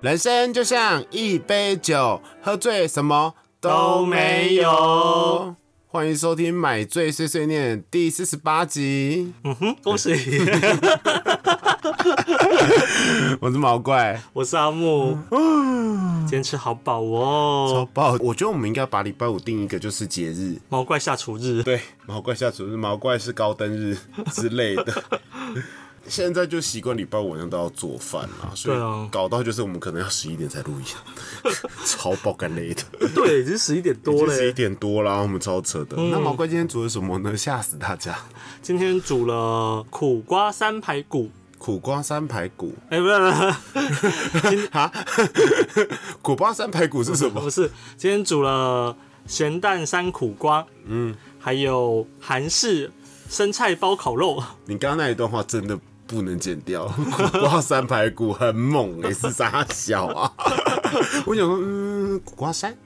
人生就像一杯酒，喝醉什么都没有。欢迎收听《买醉碎碎念》第四十八集，嗯哼，恭喜！我是毛怪， 我是阿木，今天吃好超饱哦。爆！我觉得我们应该把礼拜五定一个就是节日，毛怪下厨日，对，毛怪下厨日、毛怪是高登日之类的。 现在就习惯礼拜五晚上都要做饭啦，所对啊以搞到就是我们可能要十一点才 录音，超爆干累的。对，已经十一点多十一嘞。嗯点多啦，我们超扯的。那毛怪今天煮了什么呢？吓死大家！今天煮了苦瓜三排骨，苦瓜三排骨， 哎、不 是哈， 苦瓜三排骨是什不是，么 不？是，今天煮了咸蛋三苦瓜，嗯，还有韩式生菜包烤肉，你刚刚那一段话真的不能剪掉。苦瓜三排骨很猛诶、是啥小啊？ 我想说，嗯，苦瓜三，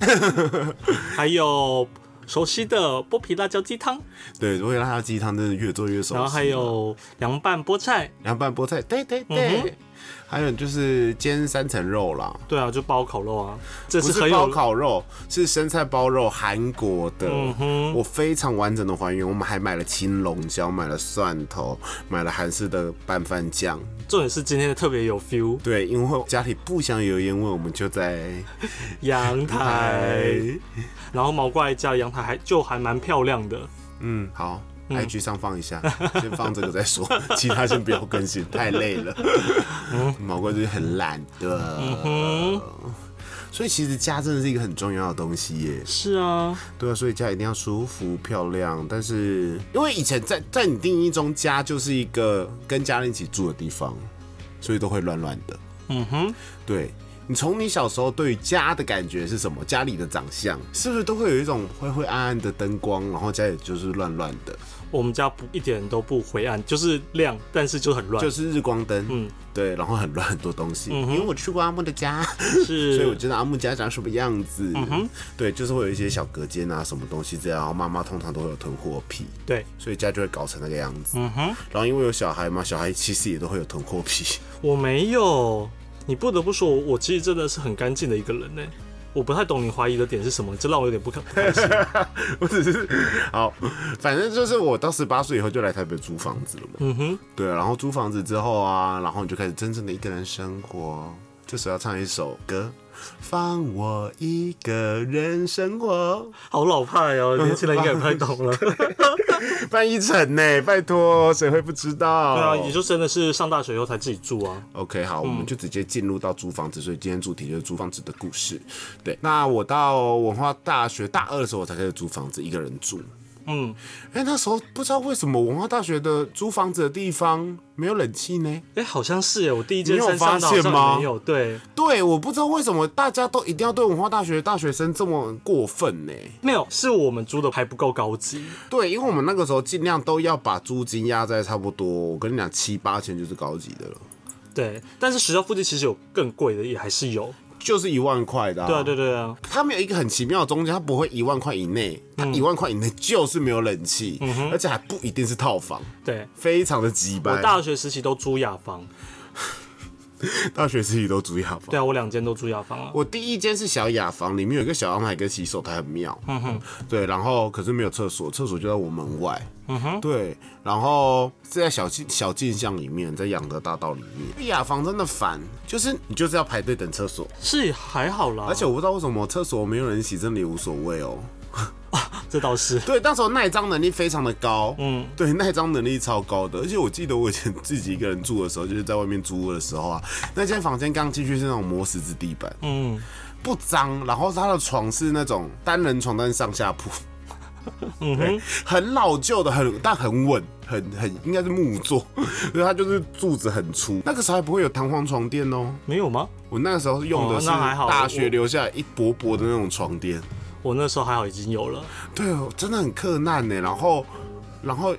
还有熟悉的剥皮辣椒鸡汤，对，如果让他鸡汤真的越做越熟悉。然后还有凉拌菠菜，凉拌菠菜，对对对，嗯哼还有就是煎三层肉啦。对啊，就包烤肉啊，这不是是很包有烤肉，是生菜包肉，韩国的。嗯我非常完整的还原，我们还买了青龙椒，买了蒜头，买了韩式的拌饭酱。重点是今天的特别有 feel，对，因为家里不想有烟味，我们就在阳台。然后毛怪家的阳台还就还蛮漂亮的，嗯，好。IG 上放一下， 先放这个再说，其他先不要更新，太累了。毛怪就是很懒的，所以其实家真的是一个很重要的东西耶。是啊，对啊，所以家一定要舒服漂亮。但是因为以前在在你定义中，家就是一个跟家人一起住的地方，所以都会乱乱的。嗯哼，对你从你小时候对于家的感觉是什么？家里的长相是不是都会有一种灰灰暗暗的灯光，然后家里就是乱乱的，我们家不一点都不灰暗，就是亮，但是就很乱，就是是日光灯。嗯，对，然后很乱很多东西。因为我去过阿木的家。所以我知道阿木家长什么样子，嗯对，就是会有一些小隔间啊，什么东西这样。然后妈妈通常都会有囤货癖，对，所以家就会搞成那个样子。嗯哼，然后因为有小孩嘛，小孩其实也都会有囤货癖。我没有，你不得不说，我我其实真的是很干净的一个人呢、我不太懂你怀疑的点是什么，这让我有点不开不 开心。 我只是好，反正就是我到十八岁以后就来台北租房子了嘛。嗯哼，对，啊然后租房子之后啊，然后你就开始真正的一个人生活。这时候要唱一首歌，《放我一个人生活 好老派哦、年轻人应该也不太懂 了。对》，范一晨呢？拜托，谁会不知道？啊，也就真的是上大学以后才自己住啊。 OK，好，我们就直接进入到租房子，所以今天主题就是租房子的故事。对，那我到文化大学大二的时候，我才开始租房子，一个人住。嗯，哎、那时候不知道为什么文化大学的租房子的地方没有冷气呢？哎、好像是耶，我第一间你有山发上的好现像吗也没有，对，对，我不知道为什么大家都一定要对文化大学的大学生这么过分呢？没有，是我们租的还不够高级。对，因为我们那个时候尽量都要把租金压在差不多，我跟你讲七八千就是高级的了，对，但是学校附近其实有更贵的，也还是有。就是一万块的、对啊，对，对啊，他们有一个很奇妙的中间，他不会一万块以内，他一万块以内就是没有冷气，而且还不一定是套房，对。非常的鸡我掰。大学时期都租雅房，大学自己都租雅房对。啊，我两间都住雅房啊。我第一间是小雅房，里面有一个小阳台跟洗手台，很妙。嗯哼，对，然后可是没有厕所，厕所就在我门外。嗯哼，对，然后是在小径小径巷里面，在养德大道里面。雅房真的烦，就是你就是要排队等厕所，是也还好啦，而且我不知道为什么厕所没有人洗，真的也无所谓哦。这倒是，对，那时候耐脏能力非常的高，嗯嗯，对，耐脏能力超高的。而且我记得我以前自己一个人住的时候，就是在外面租屋的时候啊，那间房间刚进去是那种磨石子地板，嗯不脏，然后他的床是那种单人床，但是上下铺， 嗯哼，很老旧的，很但很稳，很很应该是木做，所以它就是柱子很粗。那个时候还不会有弹簧床垫哦，没有吗？我那个时候用的哦是那还好大我学留下来一薄薄的那种床垫。我那时候还好已经有了，对哦，真的很克难呢。然后，然后，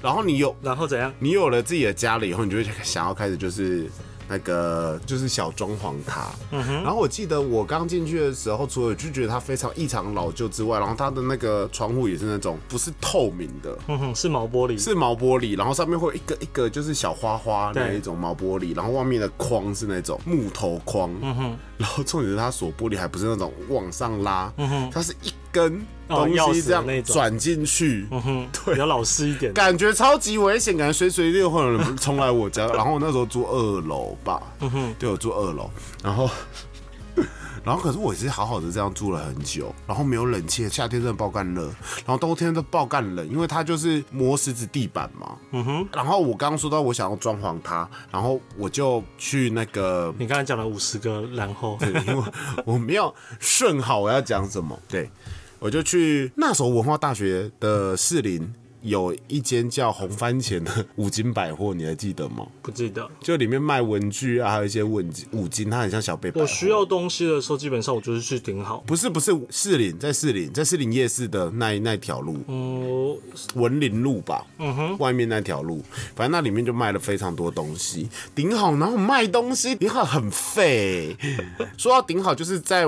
然后你有然后怎样？你有了自己的家了以后，你就会想要开始就是那个就是小装潢它。嗯哼，然后我记得我刚进去的时候，除了就觉得它非常异常老旧之外，然后它的那个窗户也是那种不是透明的，嗯哼，是毛玻璃，是毛玻璃，然后上面会有一个一个就是小花花那对一种毛玻璃，然后外面的框是那种木头框，嗯哼然后重点是它锁玻璃还不是那种往上拉，嗯哼它是一根哦东钥匙西的这样那种转进去，嗯哼，对比较老实一点。感觉超级危险，感觉随随便会有人冲来我家。然后我那时候住二楼吧，对，我住二楼，然后。 然后可是我也是好好的这样住了很久，然后没有冷气，夏天真的爆干热，然后冬天都爆干冷，因为它就是磨石子地板嘛。嗯哼。然后我刚刚说到我想要装潢它，然后我就去那个你刚才讲了五十个，然后对因为我没有顺好我要讲什么，对，我就去那时候文化大学的士林有一间叫红番茄的五金百货，你还记得吗？不记得。就里面卖文具啊，还有一些文五金，它很像小背包。我需要东西的时候，基本上我就是去顶好。不是不是士林，在士林，在士林夜市的那一那一条路，嗯，文林路吧，嗯哼，外面那条路，反正那里面就卖了非常多东西。顶好然后卖东西，顶好很废 欸、说到顶好，就是在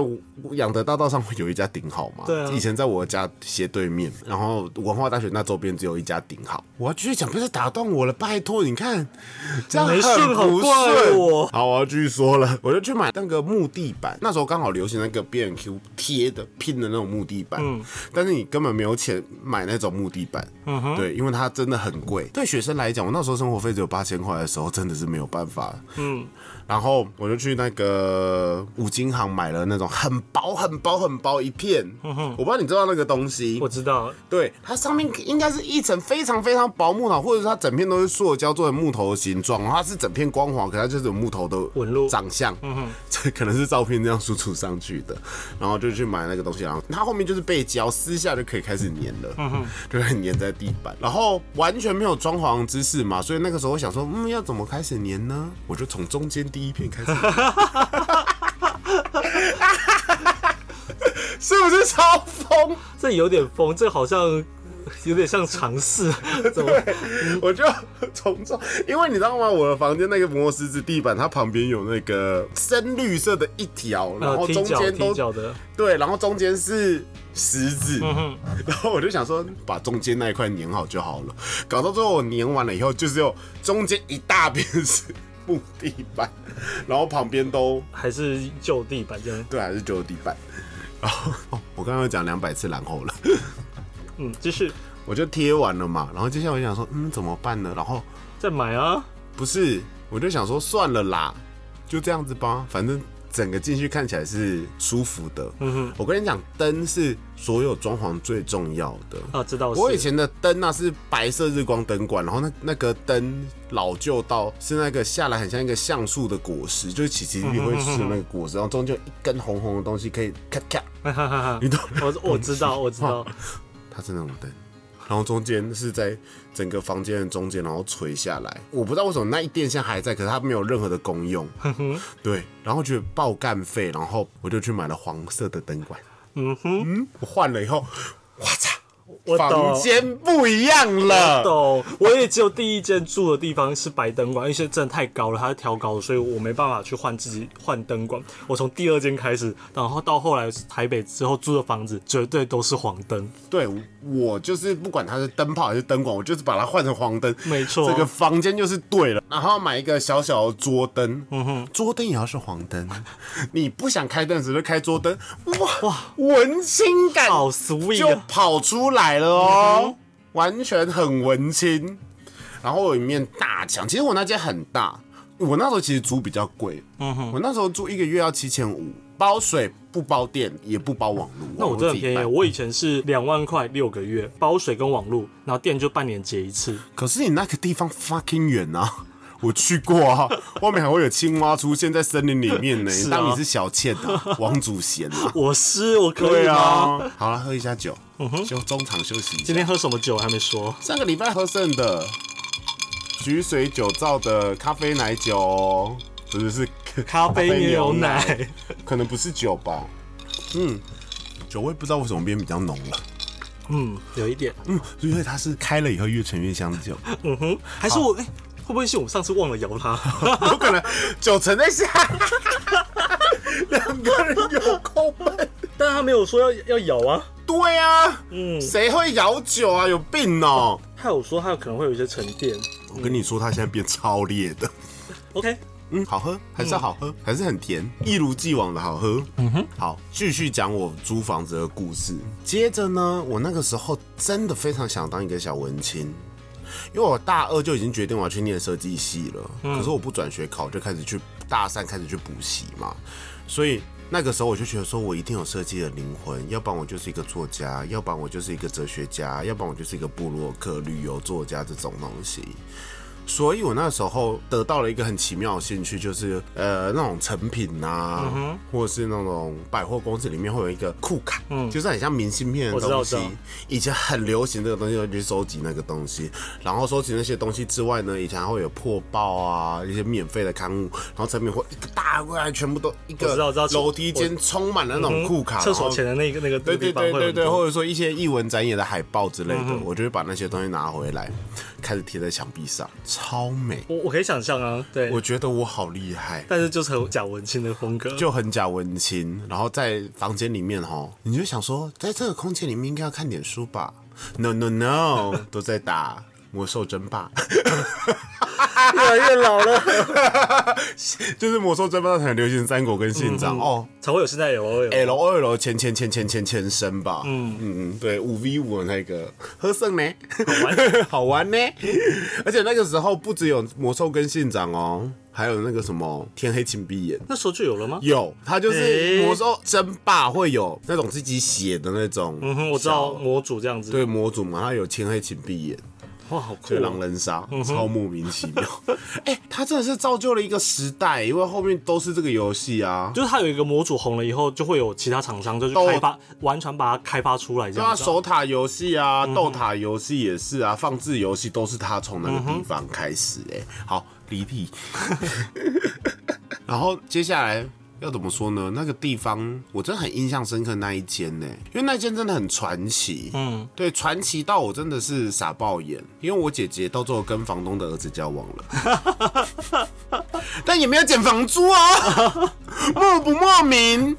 养德大道上会有一家顶好嘛，对啊以前在我家斜对面，然后文化大学那周边只有一家顶好。我要继续讲，不要再打断我了，拜托，你看 这样没很顺好不怪顺我好，我要继续说了， 我就去买那个木地板，那时候刚好流行那个 B N Q 贴的拼的那种木地板，但是你根本没有钱买那种木地板，对，因为它真的很贵。对学生来讲，我那时候生活费只有八千块的时候，真的是没有办法，嗯。然后我就去那个五金行买了那种很薄、很薄、很薄一片，我不知道你知道那个东西，我知道，对，它上面应该是一层非常非常薄木头，或者是它整片都是塑胶做成木头的形状，然后它是整片光滑，可它就是有木头的纹路长相。嗯哼， 这可能是照片这样输出上去的，然后就去买那个东西，然后它后面就是被胶撕下就可以开始粘了，嗯哼，就会粘在地板，然后完全没有装潢知识嘛，所以那个时候我想说，嗯，要怎么开始粘呢？我就从中间第一片开始 粘。是不是超疯这有点疯，这好像有点像 尝试，怎么？我就 从中，因为你知道吗？我的房间那个磨石子地板，它旁边有那个深绿色的一条，然呃，后踢中脚间踢都脚的，对，然后中间是石子，哼然后我就想说，把中间那一块粘好就好了。搞到最后我粘完了以后，就是有中间一大片是木地板，然后旁边都还是就地板这样。对还是旧地板。然后、哦、我刚刚有讲两百次然后了。嗯，继续我就贴完了嘛，然后接下来我就想说，嗯，怎么办呢？然后再买啊。不是，我就想说算了啦，就这样子吧，反正整个进去看起来是舒服的。嗯我跟你讲，灯是所有装潢最重要的。哼，啊，知道是。我以前的灯那、是白色日光灯管，然后那那个灯老旧到是那个下来很像一个橡树的果实，就是其实你会吃的嗯那个果实，然后中间有一根红红的东西可以咔咔，哈哈哈，你懂？我我知道，我知道，它是那种灯，然后中间是在整个房间的中间，然后垂下来。我不知道为什么那一电线还在，可是它没有任何的功用。对，然后觉得爆干费，然后我就去买了黄色的灯管。嗯哼，我换了以后，哇操，我房懂。间不一样我了。懂，我也只有第一间住的地方是白灯管，因为现在真的太高了，它是调高的，所以我没办法去换自己换灯管。我从第二间开始，然后到后来台北之后租的房子，绝对都是黄灯。对，我就是不管它是灯泡还是灯管，我就是把它换成黄灯。没错这个房间就是对了。然后买一个小小的桌灯，嗯哼，桌灯也要是黄 灯。你不想开灯的时候就开桌灯，哇哇，文青感好 sweet 就啊！跑出来了哦，嗯完全很文青。然后有一面大墙，其实我那间很大，我那时候其实租比较贵，嗯哼，我那时候租一个月要七千五，包水不包电，也不包网络，那我网真络自己的很便宜，哦办我以前是两万块六个月，包水跟网路，然后电就半年结一次。可是你那个地方 fucking 远啊！ 我去过啊，外面还会有青蛙出现在森林里面呢、是啊当你是小倩 啊，王祖贤啊，我是我可以对吗？啊。好了，喝一下酒，休中场休息一下。嗯今天喝什么酒还没说，上个礼拜喝剩的菊水酒造的咖啡奶酒哦，不是 是咖啡牛奶，可能不是酒吧。嗯，酒味不知道为什么变比较浓了。嗯，有一点，嗯，因为它是开了以后越陈越香的酒。嗯哼，还是我哎、会不会是我上次忘了摇它？有可能九成在下， 两个人有够笨。但他没有说要要咬啊。对啊，嗯，谁会咬酒啊？有病哦、他有说他可能会有一些沉淀。我跟你说，它现在变超烈的。 OK，嗯，好喝，还是好喝，还是很甜，一如既往的好喝。嗯哼，好，继续讲我租房子的故事。接着呢，我那个时候真的非常想当一个小文青。因为我大二就已经决定我要去念设计系了，可是我不转学考，就开始去大三开始去补习嘛，所以那个时候我就觉得说，我一定有设计的灵魂，要不然我就是一个作家，要不然我就是一个哲学家，要不然我就是一个部落客、旅游作家这种东西。所以我那时候得到了一个很奇妙的兴趣，就是呃那种成品嗯啊，或者是那种百货公司里面会有一个库卡，就是很像明信片的嗯我知道东我知西道。以前很流行这个东西，我就去收集那个东西。然后收集那些东西之外呢，以前还会有破报啊，一些免费的刊物，然后成品会一个大柜，全部都一我个知道我知道楼梯间充满了那种库卡，厕然所后前的那个那个对地对方对会有对很对，多嗯或者说一些艺文展演的海报之类的，我就会把那些东西拿回来，开始贴在墙壁上，超美。我我可以想象啊，对，我觉得我好厉害，但是就是很假文青的风格，就很假文青。然后在房间里面哈，你就想说，在这个空间里面应该要看点书吧？No No No，都在打魔兽争霸， 越来越老 了，就是魔兽争霸很流行三国跟信嗯长、哦。才会有现在有 O L。 L O L 前前前前前前身吧，嗯嗯嗯，对，五 V 五的那个，喝剩呢，好玩好玩呢，而且那个时候不只有魔兽跟信长哦，还有那个什么天黑请闭眼，那时候就有了吗？有，它就是诶魔兽争霸会有那种自己写的那种，嗯哼，我知道模组这样子，对模组嘛，它有天黑请闭眼，哇，好酷就狼哦！人杀，超莫名其妙。哎、它真的是造就了一个时代，因为后面都是这个游戏啊。就是它有一个模组红了以后，就会有其他厂商就是都开发，完全把它开发出来这对啊，样子。守塔游戏啊，斗塔游戏也是啊，放置游戏都是他从那个地方开始哎、好，离 题。然后接下来要怎么说呢？那个地方我真的很印象深刻那一间呢、因为那间真的很传奇。嗯，对，传奇到我真的是傻爆眼，因为我姐姐到最后跟房东的儿子交往了， 但也没有减房租 哦，莫不莫 名？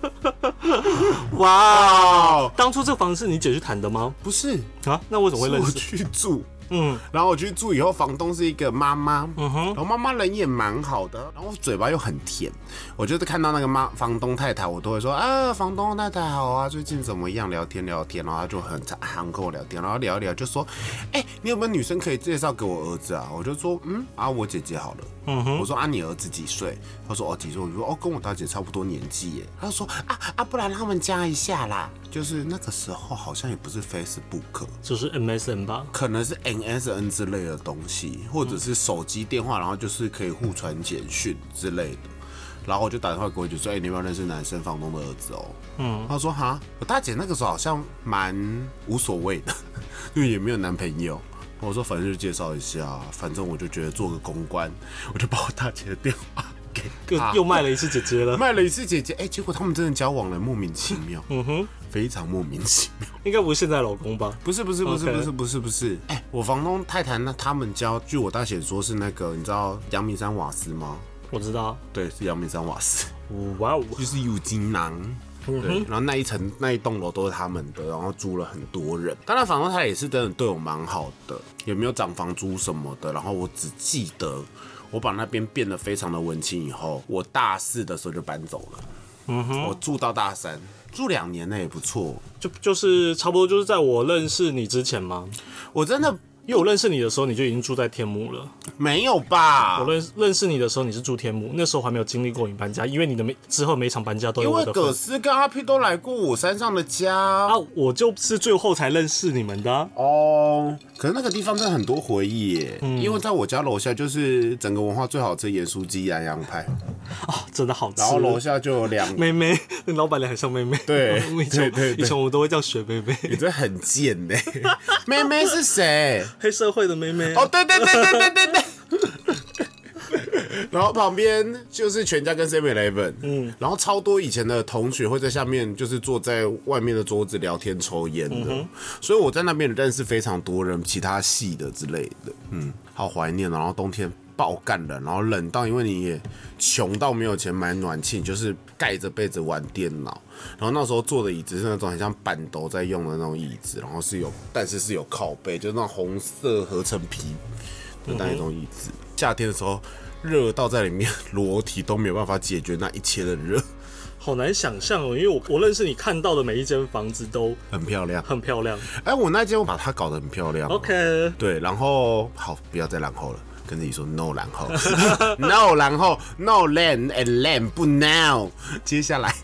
哇、哦，当初这个房子是你姐去谈的吗？不是。啊，那为什么会认我识？去住，嗯，然后我去住以后，房东是一个妈妈，然后妈妈人也蛮好的，然后嘴巴又很甜。我就是看到那个妈房东太太，我都会说啊，房东太太好啊，最近怎么样？聊天聊天，然后她就很常跟我聊天，然后聊一聊就说，哎、你有没有女生可以介绍给我儿子啊？我就说，嗯，啊，我姐姐好了。嗯我说啊，你儿子几岁？他说哦几岁？我说哦，跟我大姐差不多年纪耶。他说啊啊，不然他们加一下啦。就是那个时候好像也不是 Facebook，就是 MSN 吧。可能是 NSN 之类的东西，或者是手机电话，然后就是可以互传简讯之类的。然后我就打电话给我姐说：“哎、你有没有认识男生房东的儿子哦？”嗯，她说：“哈，我大姐那个时候好像蛮无所谓的，因为也没有男朋友。”我说：“反正就介绍一下，反正我就觉得做个公关，我就把我大姐的电话给又她。又卖了一次姐姐了，啊卖了一次姐姐，哎、结果他们真的交往了，莫名其妙，嗯哼，非常莫名其妙。”应该不是现在老公吧？不是不是不是 OK 不是不是不是，哎、我房东太太那他们家，据我大姐说是那个，你知道阳明山瓦斯吗？我知道，对，是阳明山瓦斯，嗯哇哦，就是有金囊。对，然后那一层那一栋楼都是他们的，然后住了很多人。当然，房东太太也是真的对我蛮好的，也没有涨房租什么的。然后我只记得我把那边变得非常的文青以后，我大四的时候就搬走了。嗯哼，我住到大三，住两年那也不错。就就是差不多就是在我认识你之前吗？我真的因为我认识你的时候，你就已经住在天母了。没有吧？我认认识你的时候，你是住天母，那时候还没有经历过你搬家，因为你的每之后每一场搬家都有因我为的葛份。斯跟阿 P 都来过我山上的家啊，我就是最后才认识你们的啊、哦。可是那个地方真的很多回忆耶，因为在我家楼下就是整个文化最好吃的盐酥鸡南洋派，啊真的好吃然。后楼下就有两。妹妹，那老板娘很像妹妹。对 以前对对对以前我们都会叫雪妹妹，你这很贱呢、 妹妹是谁？黑社会的妹妹啊。哦，对对对对对对对。然后旁边就是全家跟 Seven Eleven，嗯，然后超多以前的同学会在下面，就是坐在外面的桌子聊天抽烟的，所以我在那边认识非常多人，其他系的之类的，嗯，好怀念哦。然后冬天爆干冷，然后冷到因为你也穷到没有钱买暖气，你就是盖着被子玩电脑。然后那时候坐的椅子是那种很像板凳在用的那种椅子，然后是有，但是是有靠背，就是那种红色合成皮的那一种椅子。嗯夏天的时候热到在里面裸体都没有办法解决那一切的热，好难想象哦，因为我我认识你看到的每一间房子都 很漂亮。很漂亮。哎，我那间我把它搞得很漂亮哦。 OK，对，然后好，不要再然后了，跟自己说 no 然后 no 然后 no land and land 不 now，接 下来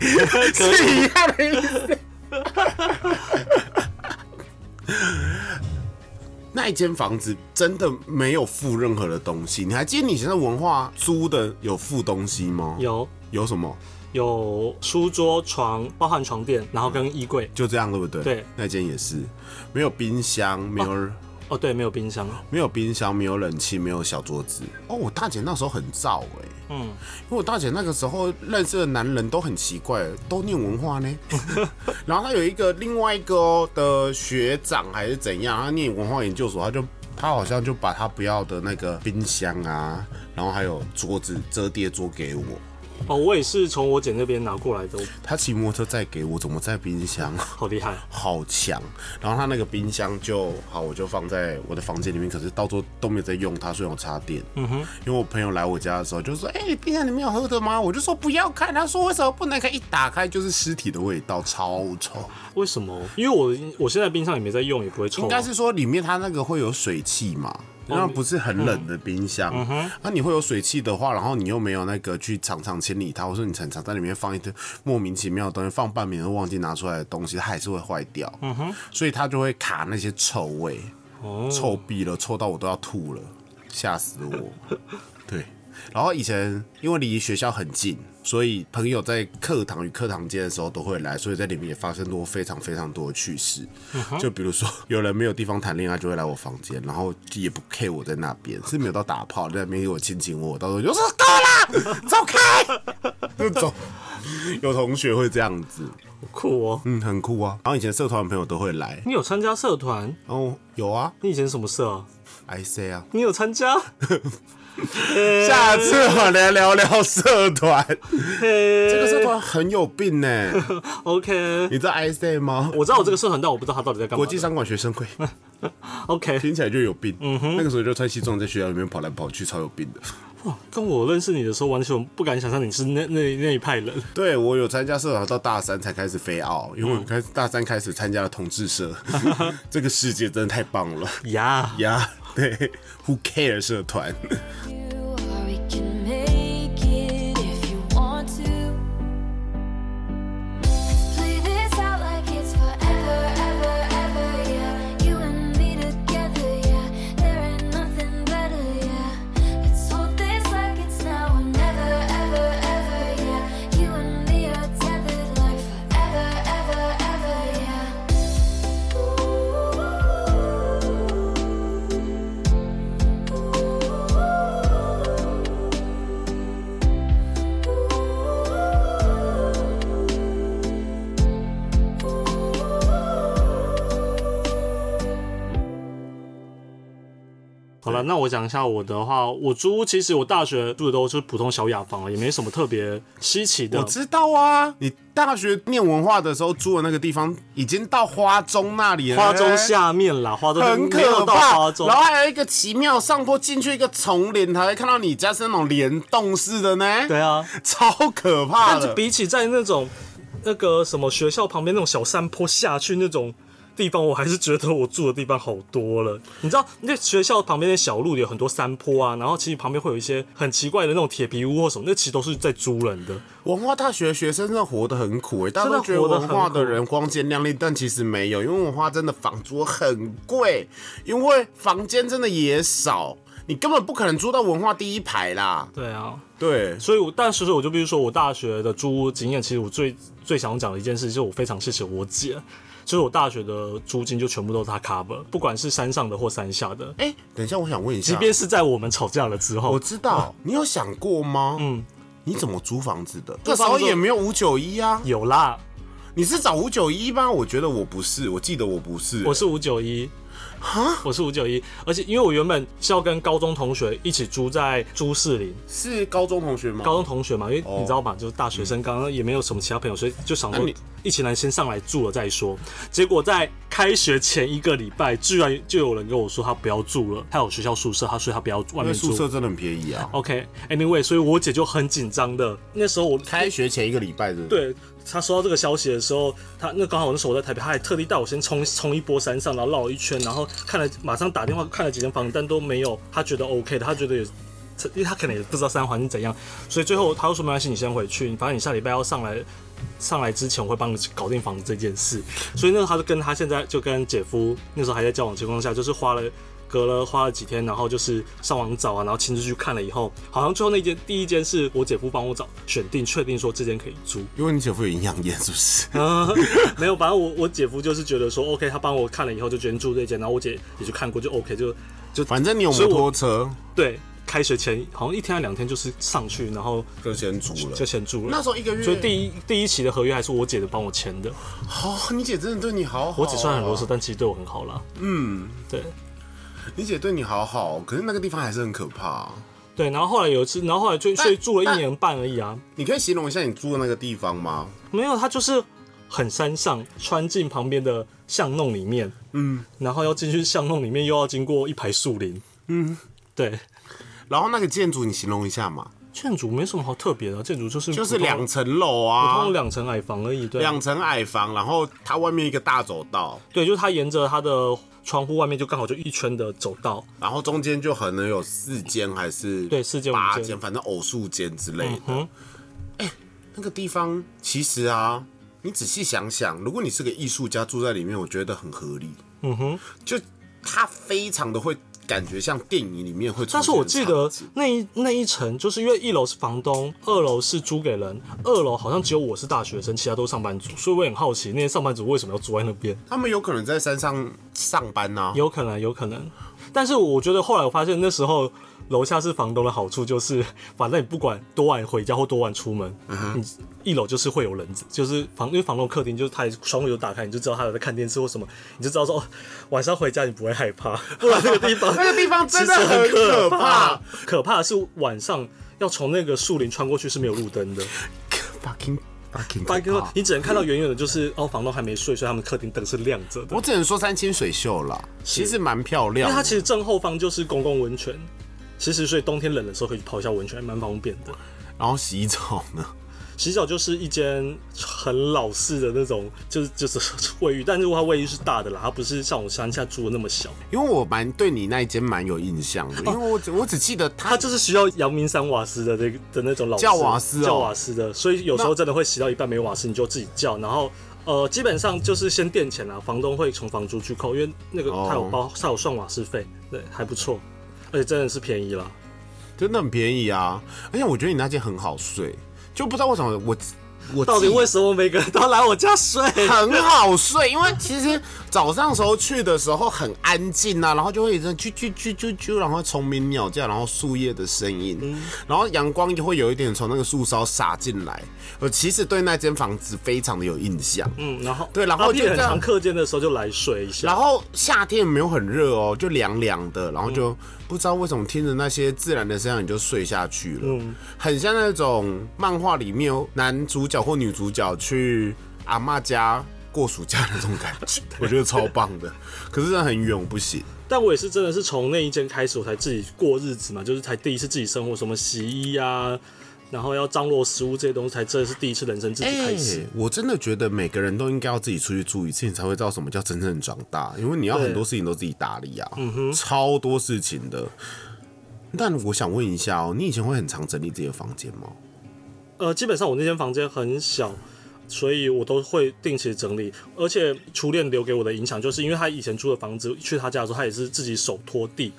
是一样的意思。 那一间房子真的没有附任何的东西，你还记得你以前的文化租的有附东西吗？有有什么？有书桌、床，包含床垫，然后跟衣柜。就这样对不对？对那间也是没有冰箱，没有、哦，对，没有冰箱。没有冰箱，没有冷气，没有小桌子。哦，我大姐那时候很燥哎、嗯，因为我大姐那个时候认识的男人都很奇怪，都念文化 呢。然后她有一个另外一个哦的学长还是怎样，他念文化研究所，他就他好像就把他不要的那个冰箱啊，然后还有桌子折叠桌给我。哦，我也是从我姐那边拿过来的，他骑摩托车再给我，怎么在冰箱？好厉害。啊好强。然后他那个冰箱就好，我就放在我的房间里面，可是到时候都没有在用它，所以我插电。嗯哼，因为我朋友来我家的时候就说：“哎、冰箱里面有喝的吗？”我就说不要看，他说为什么不能看？一打开就是尸体的味道，超臭。为什么？因为我我现在冰箱也没在用，也不会臭啊、应该是说里面它那个会有水汽嘛。那不是很冷的冰箱，那、你会有水汽的话，然后你又没有那个去常常清理它，或者你常常在里面放一堆莫名其妙的东西，放半年都忘记拿出来的东西，它还是会坏掉。嗯哼，所以它就会卡那些臭味，臭毙了，臭到我都要吐了，吓死我。对，然后以前因为离学校很近，所以朋友在课堂与课堂间的时候都会来，所以在里面也发生过非常非常多的趣事。就比如说，有人没有地方谈恋爱，就会来我房间，然后也不 care 我在那边，是没有到打炮，在那边给我亲亲我，到时候就说够了，走开，就走。有同学会这样子，好酷哦。嗯，很酷啊。然后以前社团的朋友都会来，你有参加社团？哦，有啊你以前什么社啊？ ，I say 啊。你有参加？下次我来聊聊社团， 这这个社团很有病呢、 OK。你知道 I say 吗？我知道我这个社团，但我不知道他到底在干嘛国的。际商管学生 会 OK，听起来就有病，嗯那个时候就穿西装在学校里面跑来跑去，超有 病的。哇，跟我认识你的时候，完全不敢想象你是那那那一派人。对我有参加社团，到大三才开始飞澳，因嗯为我开始大三开始参加了同志社， 这个世界真的太棒 了呀、呀对，Who care 社团？ Or we can make it if you want to. Let's play this out like it's forever, ever, ever, yeah. You and me together, yeah. There ain't nothing better, yeah. Let's hold this like it's now or never, ever, ever, yeah. You and me are tethered like forever, ever, ever, 啊！好了，那我讲一下我的话，我租屋其实我大学住的都是普通小雅房啊，也没什么特别稀奇的我。知道啊，你大学念文化的时候住的那个地方，已经到花中那里了，花中下面啦，花中哎很没有可到怕花，中然，后还有一个奇妙上坡进去一个丛林，还会看到你家是那种联动式的呢，对，啊， 超可怕但是的。比起在那种那个什么学校旁边那种小呃山坡下去那种地方，我还是觉得我住的地方好多了。你知道，那学校旁边的小路有很多山坡啊，然后其实旁边会有一些很奇怪的那种铁皮屋或什么，那其实都是在租人的。文化大学学生真的活得很苦哎、大家都觉得真的活得文很化的人光鲜亮丽，但其实没有，因为文化真的房租很贵，因为房间真的也少，你根本不可能租到文化第一排啦。对啊，对，所以我但是我就必须说我大学的租屋经验，其实我最最想讲的一件事，就是我非常谢谢我姐，就是我大学的租金就全部都是她 cover，不管是山上的或山下的，哎、等一下，我想问一下，即便是在我们吵架了之后我，知道，你有想过吗？嗯，你怎么租房子的？那时候房子也没有五九一啊。 有啦，你是找五九一吗？我觉得我不是，我记得我不是、我是五九一，我是五九一，而且因为我原本是要跟高中同学一起住在朱士林，是高中同学吗？高中同学嘛，因为哦你知道嘛，就是大学生，刚刚也没有什么其他朋友，所以就想那说你一起来先上来住了再说。结果在开学前一个礼拜，居然就有人跟我说他不要住了，他有学校宿舍，他所以他不要外因面为宿舍住。真的很便宜啊。 OK，Anyway，、所以我姐就很紧张的。那时候我开学前一个礼拜的，，对她收到这个消息的时候，她那刚好那时候我在台北，她还特地带我先冲冲一波山上，然后绕了一圈，然后看了马上打电话看了几间房，但都没有她觉得 OK 的，她觉得也。因为她可能也不知道山环境怎样，所以最后她就说没关系，你先回去，反正你下礼拜要上来，上来之前我会帮你搞定房子这件事。所以那时候她就跟她现在就跟姐夫那时候还在交往的情况下，就是花了隔了花了几天，然后就是上网找啊，然后亲自去看了以后，好像最后那间第一间是我姐夫帮我找选定，确定说这间可以租。因为你姐夫有营养烟，是不是？ 啊，没有，反正我我姐夫就是觉得说，OK，他帮我看了以后就决定住这间，然后我姐也去看过，就 OK，就反正你有摩托车，对。开学前好像一天还两天就是上去，然后就先租了就先住了。那时候一个月所以第一第一期的合约还是我姐的帮我签的。哦，你姐真的对你好好。我姐虽然很啰嗦，，但其实对我很好啦。嗯，对你姐对你好好，可是那个地方还是很可怕、对。然后后来有一次，然后后来就所以住了一年半而已啊。你可以形容一下你住的那个地方吗？没有，它就是很山上，穿进旁边的巷弄里面，嗯，然后要进去巷弄里面，又要经过一排树林，嗯，对。然后那个建筑你形容一下嘛，建筑没什么好特别的，建筑就是就是普通两层楼普啊通，两层矮房而已，对，两层矮房，然后它外面一个大走道，对，就是它沿着它的窗户外面就刚好就一圈的走道，然后中间就可能有四间还是对四间五间八间，反正偶数间之类的。嗯，那个地方其实啊，你仔细想想，如果你是个艺术家住在里面，我觉得很合理。嗯哼，就它非常的会感觉像电影里面会出现的场景。但是我记得那一那一层，就是因为一楼是房东，二楼是租给人，二楼好像只有我是大学生，其他都是上班族，所以我也很好奇那些上班族为什么要住在那边。他们有可能在山上上班啊呐、有可能，有可能。但是我觉得后来我发现，那时候楼下是房东的好处就是， 反正你不管多晚回家或多晚出门，嗯你一楼就是会有人，就是房因为房东客厅就是他窗户有打开，你就知道他有在看电视或什么，你就知道说、哦、晚上回家你不会害怕，不然那个地 方那个地方真的其实很可可怕。可怕的是晚上要从那个树林穿过去是没有路 灯的。 fucking fucking 啊白哥 fucking，，你只能看到远远的，就是哦，房东还没睡，所以他们客厅灯是亮着的。我只能说山清水秀啦，其实蛮漂因亮为它的。其实正后方就是公共温泉，其实所以冬天冷的时候可以去泡一下温泉，还蛮方便的。然后洗澡呢，洗澡就是一间很老式的那种，就是就是 卫浴，但是它卫浴是大的啦，它不是像我乡下住的那么小，因为我蛮对你那一间蛮有印象哦的，因为我只我只记得它它就是需要阳明山瓦斯的那个的那种老式叫瓦斯哦叫瓦斯的，所以有时候真的会洗到一半没瓦斯，你就自己叫，然后。呃，基本上就是先垫钱啦，房东会从房租去扣，因为那个哦他有包，他有算瓦斯费，对，还不错，而且真的是便宜啦。真的很便宜啊，而且我觉得你那间很好睡，就不知道为什么我我到底记为什么每个人都要来我家睡？很好睡，因为其实早上时候去的时候很安静啊，然后就会有一阵啾啾啾啾啾，然后虫鸣鸟叫，然后树叶的声音，嗯然后阳光就会有一点从那个树梢洒进来。我其实对那间房子非常的有印象。嗯，然后对然后阿 P 就这很样常课间的时候就来睡一下。然后夏天没有很热哦，就凉凉的，然后就不知道为什么听着那些自然的声音你就睡下去了，很像那种漫画里面男主角或女主角去阿嬷家过暑假的那种感觉， 我觉得超棒的。可是真的很远，我不 行。但我也是真的是从那一间开始，我才自己过日子嘛，就是才第一次自己生活，什么洗衣啊，然后要张罗食物这些东西，才真的是第一次人生自己哎开始。我真的觉得每个人都应该要自己出去住一次，你才会知道什么叫真正长大，因为你要对很多事情都自己打理啊，超多事情的。但我想问一下哦，你以前会很常整理自己的房间吗？呃，基本上我那间房间很小，所以我都会定期整理。而且初恋留给我的影响，就是因为他以前住的房子，去他家的时候，他也是自己手拖地。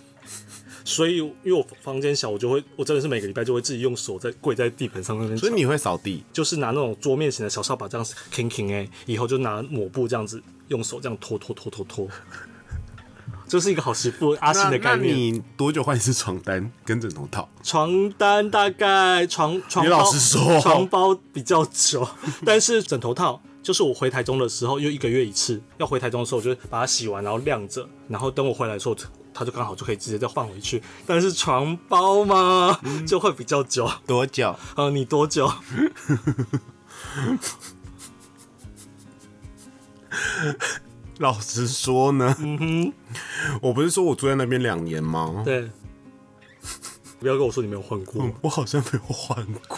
所以，因为我房间小，我就会，我真的是每个礼拜就会自己用手在跪在地板上那边。所以你会扫地？就是拿那种桌面型的小扫把这样 king king 哎，以后就拿抹布这样子用手这样拖拖拖拖拖，就是一个好媳妇阿信那的概那念。你多久换一次床单 跟枕头套？床单大概床床你包老实说 床包比较久，但是枕头套。就是我回台中的时候，又一个月一次，要回台中的时候，我就把它洗完，然后晾着，然后等我回来的时候，它就刚好就可以直接再换回去。但是床包嘛，嗯就会比较久。 多久？呃，你多久？老实说呢，我不是说我住在那边两年吗？嗯对，不要跟我说你没有换过，我好像没有换过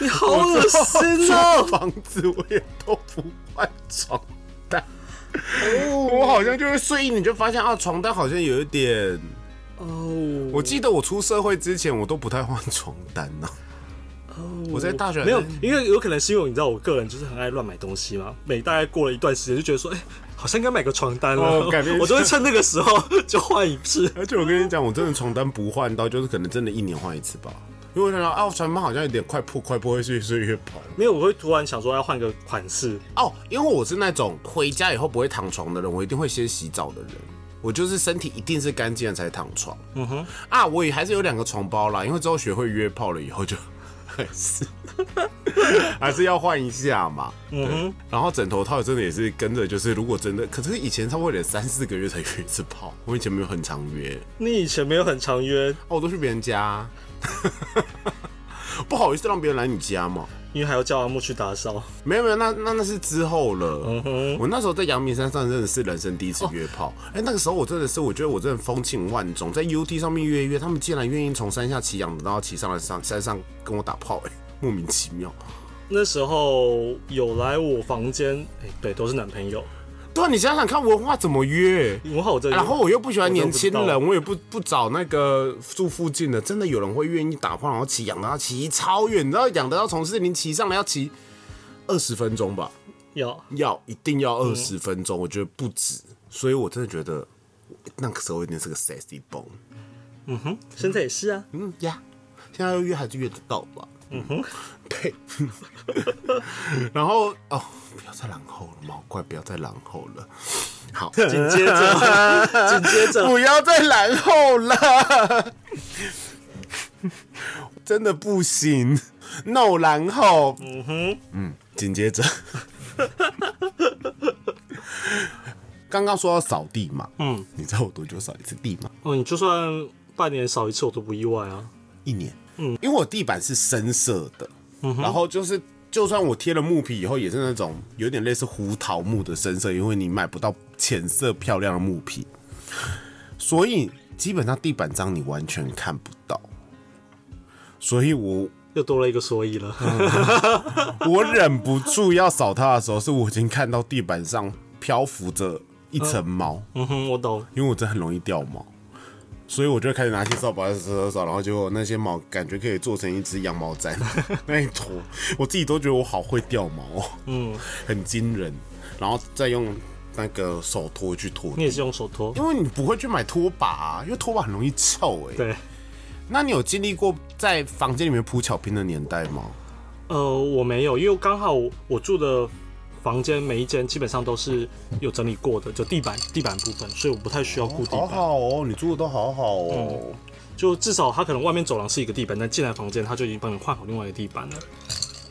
你好恶 心哦！房子，我也都不换床单。我好像就会睡一年就发现啊，床单好像有一点。哦，我记得我出社会之前，我都不太换床单呢、我在大学哦没有，因为有可能是因为你知道，我个人就是很爱乱买东西嘛。每大概过了一段时间，就觉得说，哎、好像应该买个床单了，啊哦改变一下 我就会趁那个时候就换一次。而且我跟你讲，我真的床单不换到，就是可能真的一年换一次吧。因为我想到啊，我床单好像有点快破，快破，会越睡越薄。没有，我会突然想说要换个款式，哦，因为我是那种回家以后不会躺床的人，我一定会先洗澡的人。我就是身体一定是干净了才躺床。嗯哼，啊，我也还是有两个床包啦，因为之后学会约炮了以后就 还是还是要换一下嘛。嗯哼，然后枕头套真的也是跟着，就是如果真的，可是以前差不多得三四个月才约一次炮，我以前没有很常约，你以前没有很常约，哦，我都去别人家， 不好意思让别人来你家嘛。因为还要叫阿木去打扫。没有没有，那那那是之后了。我那时候在阳明山上真的是人生第一次约炮。哎、那个时候我真的是，我觉得我真的风情万种，在 UT 上面约一约，他们竟然愿意从山下骑羊，然后骑上来上山上跟我打炮、哎，莫名其妙。那时候有来我房间，哎、对，都是男朋友。对啊，你想想看，文化怎么约？文化我这里，然后我又不喜欢年轻我都不知道人，我也不不找那个住附近的，真的有人会愿意打炮，然后骑养德要骑超远，你知道养德要从士林骑上来要骑二十分钟吧？要要一定要二十分钟，我觉得不止，所以我真的觉得那个时候一定是个 sexy bone。现在也是 啊，嗯呀，现在约还是约得到吧？嗯哼，对。 然后哦，不要再然后了嘛，快不要再然后了。 好，紧接着，紧接着，不要再然后 了，真的不行，no 然后，嗯哼，嗯，紧接 着，刚刚说要扫地嘛，嗯，你知道我多久扫一次地吗？哦，你就算半年少一次，我都不意外啊。一年，嗯，因为我地板是深色的，然后就是。就算我贴了木皮以后，也是那种有点类似胡桃木的深色，因为你买不到浅色漂亮的木皮，所以基本上地板脏你完全看不到。所以我 又多了一个所以了。嗯我忍不住要扫它的时候，是我已经看到地板上漂浮着一层毛，嗯哼，我懂。因为我真的很容易掉毛，所以我就开始拿起扫把扫扫扫，然后结果那些毛感觉可以做成一只羊毛 毡，那一坨我自己都觉得我好会掉毛、哦，嗯，很惊人，然后再用那个手拖去拖你，也是用手拖，因为你不会去买拖把、啊，因为拖把很容易臭哎、对，那你有经历过在房间里面铺巧拼的年代吗？呃，我没有，因为刚好我住的房间每一间基本上都是有整理过的，就地板地板部分，所以我不太需要固地好板。嗯好哦，你住的都好好哦。就至少它可能外面走廊是一个地板，但进来房间它就已经帮你换好另外一个地板了。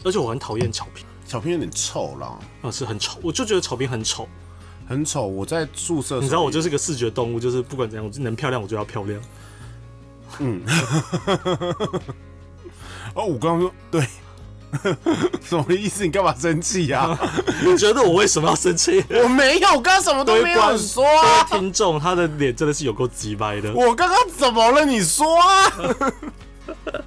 而且我很讨厌草坪，小平有点臭啦，啊、是很丑，我就觉得草坪很丑。很丑。我在宿舍的时候，你知道我就是个视觉动物，就是不管怎样，我能漂亮我就要漂亮。哦，我刚刚说对， 什么意思？你干嘛生气呀、你觉得我为什么要生气？ 我没有，我刚刚什么各都没位观有说啊、各位听众，他的脸真的是有够鸡掰的。我刚刚怎么了？你说啊？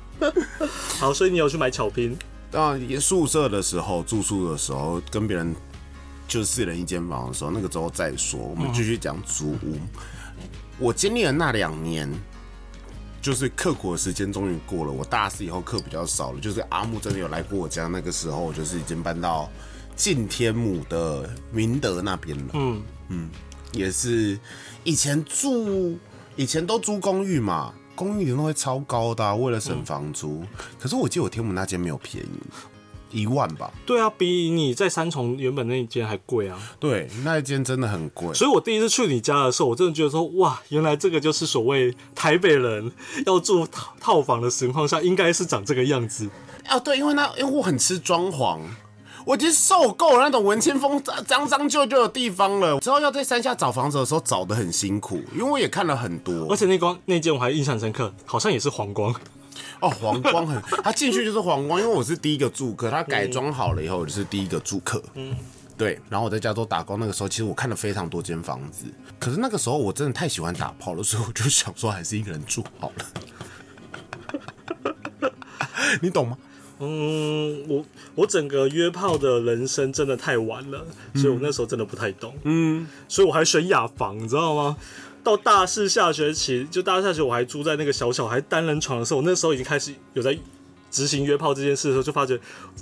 好，所以你有去买草坪，啊，宿舍的时候，住宿的时候，跟别人就四人一间房的时候，那个时候再说。我们继续讲租屋。我经历了那两年，就是刻苦的时间终于过了。我大四以后课比较少了，就是阿木真的有来过我家。那个时候，我就是已经搬到近天母的明德那边了。嗯嗯，也是以前住，以前都租公寓嘛。公寓一定都会超高的啊、为了省房租。可是我记得我天母那间没有便宜，一万吧？对啊，比你在三重原本那一间还贵啊。对，那一间真的很贵。所以我第一次去你家的时候，我真的觉得说，哇，原来这个就是所谓台北人 要住套套房的情况下，应该是长这个样子。啊，对，因为那因为我很吃装潢，我已经受够了那种文青风脏脏脏旧旧的地方了。之后要在山下找房子的时候找的很辛苦，因为我也看了很而多且那光那间我还印象深刻，好像也是黄光，哦，黄光很，他进去就是黄光，因为我是第一个住客，他改装好了以后我就是第一个住客。嗯。对，然后我在加州打工那个时候，其实我看了非常多间房子，可是那个时候我真的太喜欢打炮了，所以我就想说还是一个人住好了， 你懂吗？嗯，我我整个约炮的人生真的太晚了，所以我那时候真的不太懂。嗯，所以我还选雅房，你知道吗？到大四下学期，就大四下学期我还住在那个小小还单人床的时候，我那时候已经开始有在执行约炮这件事的时候，就发觉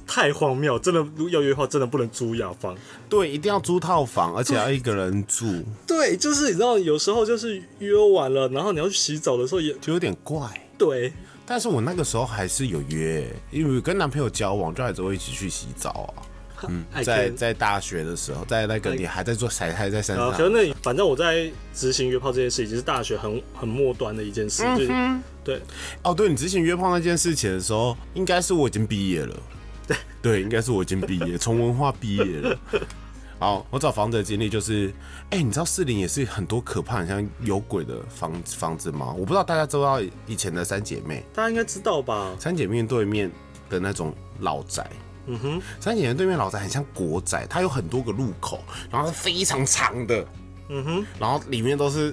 太荒谬，真的如果要约炮真的不能租雅房。对，一定要租套房，而且要一个人住，对，就是你知道，有时候就是约完了，然后你要去洗澡的时候也就有点怪。对，但是我那个时候还是有约，因为跟男朋友交往，就还是会一起去洗澡啊。嗯，爱在跟在大学的时候，在那个爱你还在做还还在山啊，上可，能那反正我在执行约炮这件事，已经是大学很很末端的一件事，就是对，哦，对你之前约炮那件事情的时候，应该是我已经毕业了。对，应该是我已经毕业，从文化毕业 了。好，我找房子的经历就是，哎、你知道士林也是很多可怕、很像有鬼的房房子吗？我不知道大家知不知道以前的三姐妹，大家应该知道吧？三姐妹对面的那种老宅。嗯哼，三姐妹对面老宅很像国宅，它有很多个入口，然后它非常长的，嗯哼，然后里面都是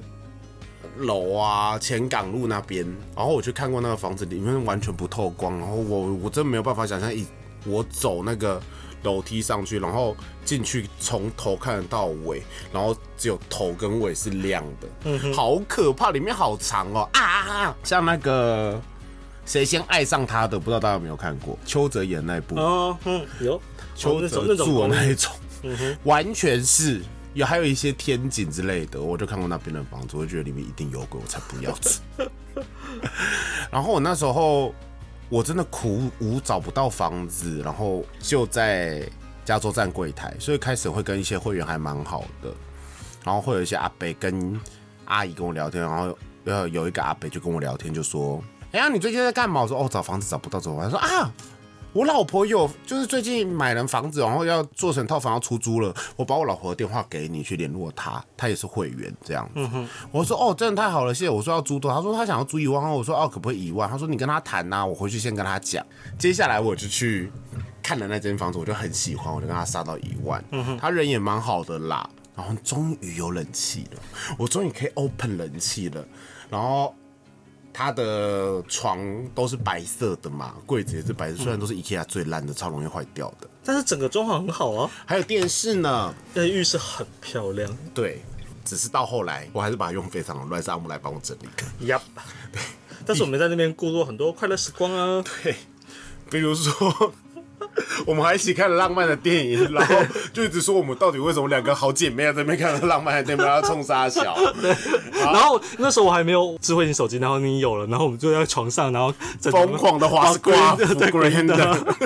楼啊，前港路那边。然后我去看过那个房子，里面完全不透光。然后我我真没有办法想象，一我走那个楼梯上去，然后进去从头看得到尾，然后只有头跟尾是亮的，好可怕，里面好长哦啊啊啊！像那个。谁先爱上他的？不知道大家有没有看过邱泽演那部？啊，嗯，有邱那泽种那种住哦的那一光种，嗯完全是有，还有一些天井之类的，我就看过那边的房子，我就觉得里面一定有鬼，我才不要住。 然后我那时候我真的苦无找不到房子，然后就在加州站柜台，所以开始会跟一些会员还蛮好的，然后会有一些阿伯跟阿姨跟我聊天，然后呃有一个阿伯就跟我聊天，就说：“哎呀，你最近在干嘛？”我说：“哦，找房子找不到，怎么办？”他说：“啊。”我老婆有，就是最近买了房子，然后要做成套房要出租了。我把我老婆的电话给你去联络她，她也是会员这样子。我说哦，真的太好了，谢谢。我说要租多少，她说她想要租一万二，我说哦，可不可以一万？她说你跟她谈呐、我回去先跟她讲。接下来我就去看了那间房子，我就很喜欢，我就跟她杀到一万。她人也蛮好的啦，然后终于有冷气了，我终于可以 open 冷气了，然后。它的床都是白色的嘛，柜子也是白色，虽然都是 IKEA 最烂的，超容易坏掉的。但是整个装潢很好啊，还有电视呢，那浴室很漂亮。对，只是到后来我还是把它用非常的乱，是阿木来帮我整理的。 Yup，但是我们在那边过过很多快乐时 光啊，对，比如说。 我们还一起看了浪漫的电影，然后就一直说我们到底为什么两个好姐妹在那边看了浪漫的电影，要冲杀小？啊然后那时候我还没有智慧型手机，然后你有了，然后我们就在床上，然后整个疯狂的滑把 green 瓜的对 green 的。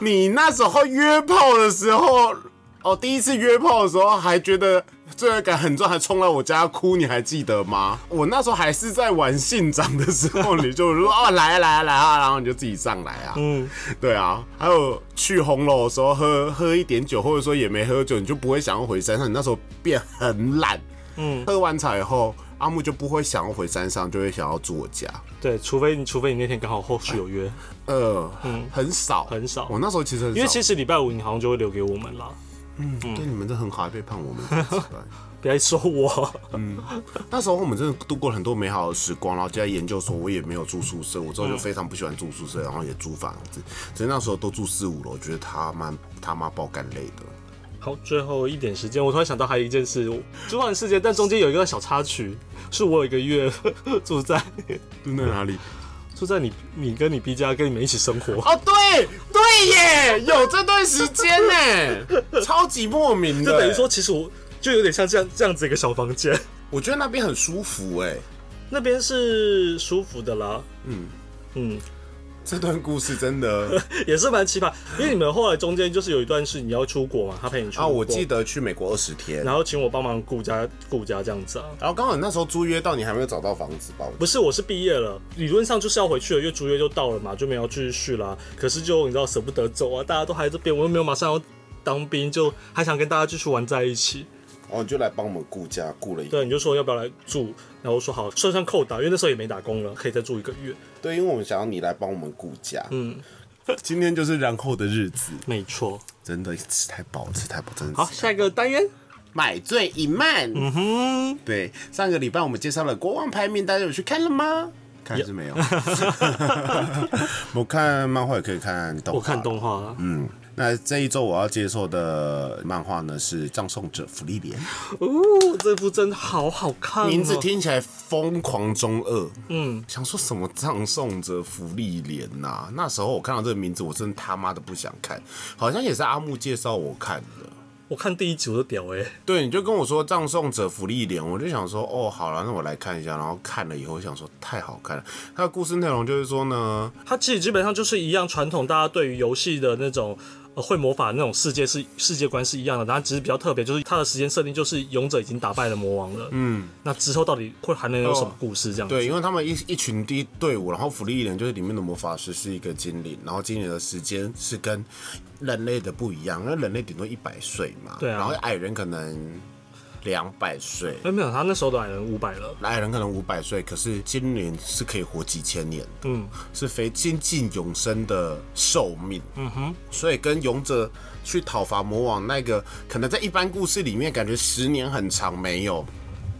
你那时候约炮的时候，哦，第一次约炮的时候还觉得罪恶感很重，还冲来我家哭，你还记得吗？我那时候还是在玩信长的时候，你就说哦来啊来啊来啊，然后你就自己上来啊，嗯，对啊，还有去红楼的时候喝喝一点酒，或者说也没喝酒，你就不会想要回山上，你那时候变很懒，嗯喝完茶以后，阿木就不会想要回山上，就会想要住我家。对，除非你除非你那天刚好后续有约，呃，很少，嗯很少我那时候其实很少，嗯因为其实嗯礼拜五你好像就会留给我们啦，对你们这很好，还背叛我们。真是的不要说我，那时候我们真的度过了很多美好的时光，然后就在研究所，我也没有住宿舍，我之后就非常不喜欢住宿舍，然后也租房子，只是那时候都住四五楼，我觉得他妈他妈爆干累的。好，最后一点时间，我突然想到还有一件事，我租房事件，但中间有一个小插曲，是我有一个月 住在那哪里？住在你你跟你 B 家跟你们一 起生活，哦，对对耶，有这段时间 呢，超级莫名的。就等于说，，其实我就有点像这样这样子一个小房 间，我觉得那边很舒服哎。那边是舒服的啦，嗯嗯，这段故事真 的也是蛮奇葩。因为你们后来中间就是有一段是你要出国嘛，他陪你出国，啊，我记，得去美国二十天，然后请我帮忙顾家顾家这样子啊。然后刚好那时候租约到，你还没有找到房子吧？我不是，我是毕业了，理论上就是要回去了，因为租约就到了嘛，就没有继续续啦。可是就你知道舍不得走啊，大家都还在这边，我又没有马上要当兵，就还想跟大家继续玩在一起。哦，你就来帮我们顾家，顾了一对，你就说要不要来住，然后我说好，算算扣打，因为那时候也没打工了，可以再住一个月。对，因为我们想要你来帮我们顾家。 嗯，今天就是然后的日子，没错。真的吃太饱，吃太饱，真的好，吃下一个单元，买醉一慢。嗯哼，对，上个礼拜我们介绍了国王排名，大家有去看了吗？看是没有， 我看漫画也可以看动画，我看动画了。嗯，那这一周我要介绍的漫画呢是《葬送者福利莲》，哦，这部真的好好看、哦，名字听起来疯狂中二。嗯，想说什么葬送者福利莲呐、那时候我看到这个名字，我真他妈的不想看，好像也是阿木介绍我看的。我看第一集我就屌哎、对，你就跟我说《葬送者福利莲》，我就想说，哦，好了，那我来看一下。然后看了以后，我想说太好看了。它的故事内容就是说呢，它其实基本上就是一样传统，大家对于游戏的那种。呃，会魔法的那种世界是世界观是一样的，然后只是比较特别，就是它的时间设定就是勇者已经打败了魔王了，嗯，那之后到底会还能有什么故事这样子？对，因为他们一一群第一队伍，然后福利人就是里面的魔法师是一个精灵，然后精灵的时间是跟人类的不一样，因为人类顶多一百岁嘛，对啊然后矮人可能两百岁。哎、没有，他那时候都矮人五百了，矮人可能五百岁，可是精灵是可以活几千年的，嗯，是非接近永生的寿命。嗯哼，所以跟勇者去讨伐魔王那个，可能在一般故事里面感觉十年很长，没有，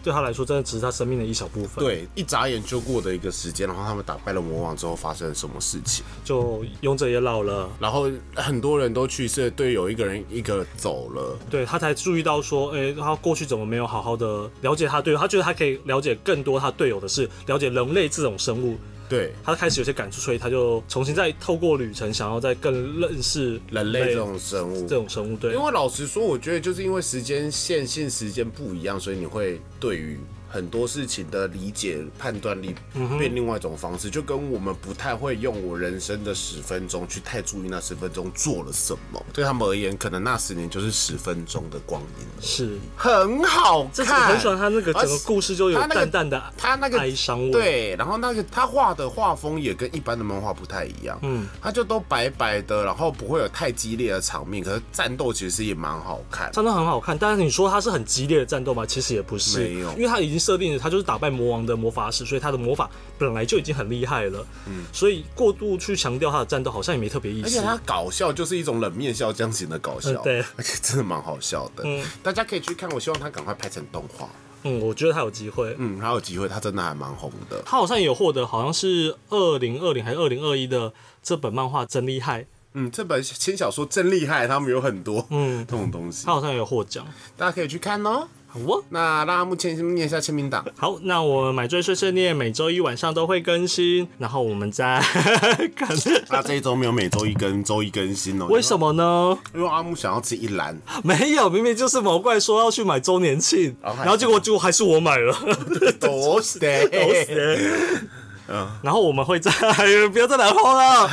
对他来说真的只是他生命的一小部分。，对，一眨眼就过的一个时间，然后他们打败了魔王之后发生了什么事情？就勇者也老了，然后很多人都去世，队友一个人一个走了，对他才注意到说，哎、他过去怎么没有好好的了解他队友？他觉得他可以了解更多他队友的事，了解人类这种生物。对，他开始有些感触，所以他就重新再透过旅程，想要再更认识人类这种生物这。种生物。对，因为老实说，我觉得就是因为时间线性时间不一样，所以你会对于很多事情的理解、判断力嗯变另外一种方式，就跟我们不太会用我人生的十分钟去太注意那十分钟做了什么。对他们而言，可能那十年就是十分钟的光阴而已是，很好这看，是很喜欢他那个整而个且故事就有他那个淡淡的他那个哀伤味对，然后那个他画的画风也跟一般的漫画不太一样，嗯，他就都白白的，然后不会有太激烈的场面，可是战斗其实也蛮好看。战斗很好看，但是你说它是很激烈的战斗吗？其实也不是，没有因为它已经设定了，它就是打败魔王的魔法师，所以它的魔法本来就已经很厉害了。嗯，所以过度去强调它的战斗，好像也没特别意而且思。他搞笑就是一种冷面笑匠型的搞笑，嗯 对而且真的蛮好笑的，大家可以去看，我希望他赶快拍成动画，嗯，我觉得它有机会。嗯，还有机会，他真的还蛮红的，它好像也有获得，好像是二零二零还是二零二一的这本漫画真厉害，嗯，这本轻小说真厉害，他们有很多，嗯，这种东西它，好像也有获奖。大家可以去看哦。好哦，那让阿木签念一下签名档。好，那我们买醉碎碎念每周一晚上都会更新，然后我们再 看，那啊这一周没有每周一更，周一更新哦。为什么呢？因为？因为阿木想要吃一篮，没有，明明就是毛怪说要去买周年庆，然后还然后结果结哦果还是 我买了，都 谁？ 然后我们会在 不要再拿炮了，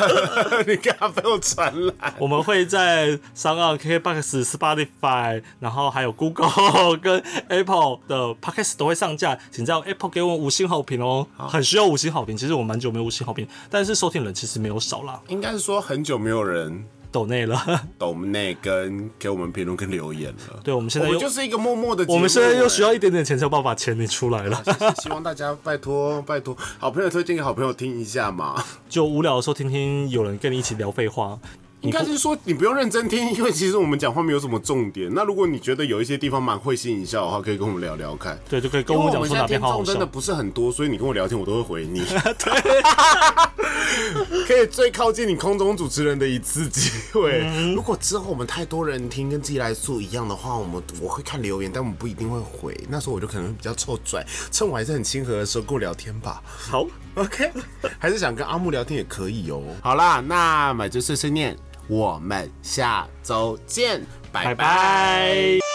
你干嘛被我传染？我们会在商岸 KKBox、Spotify，然后还有 Google 跟 Apple 的 Podcast 都会上架，请在 Apple 给我们五星好评哦，很需要五星好评。其实我蛮久没有五星好评，但是收听人其实没有少啦，应该是说很久没有人抖内 了。懂内跟给我们评论跟留言了。对，我们现我在又们就是一个默默的节目，我们现在又需哎。要一点点钱才有办法把钱领出来 了。希望大家拜托拜托，好朋友推荐给好朋友听一下嘛。就无聊的时候听听有人跟你一起聊废话，应该是说你不用认真听，因为其实我们讲话没有什么重点。那如果你觉得有一些地方蛮会心一笑的话，可以跟我们聊聊看。对，就可以跟因我为们我们讲现说在哪边听好好众真的笑。不是很多，所以你跟我聊天我都会回 你。对， 可以最靠近你空中主持人的一次机会。嗯如果之后我们太多人听跟自己来做一样的话，我们我会看留言，但我们不一定会回。那时候我就可能会比较臭拽，趁我还是很亲和的时候跟我聊天吧。好， OK，还是想跟阿木聊天也可以哦。好啦，那买醉碎碎念，我们下周见，拜拜拜拜。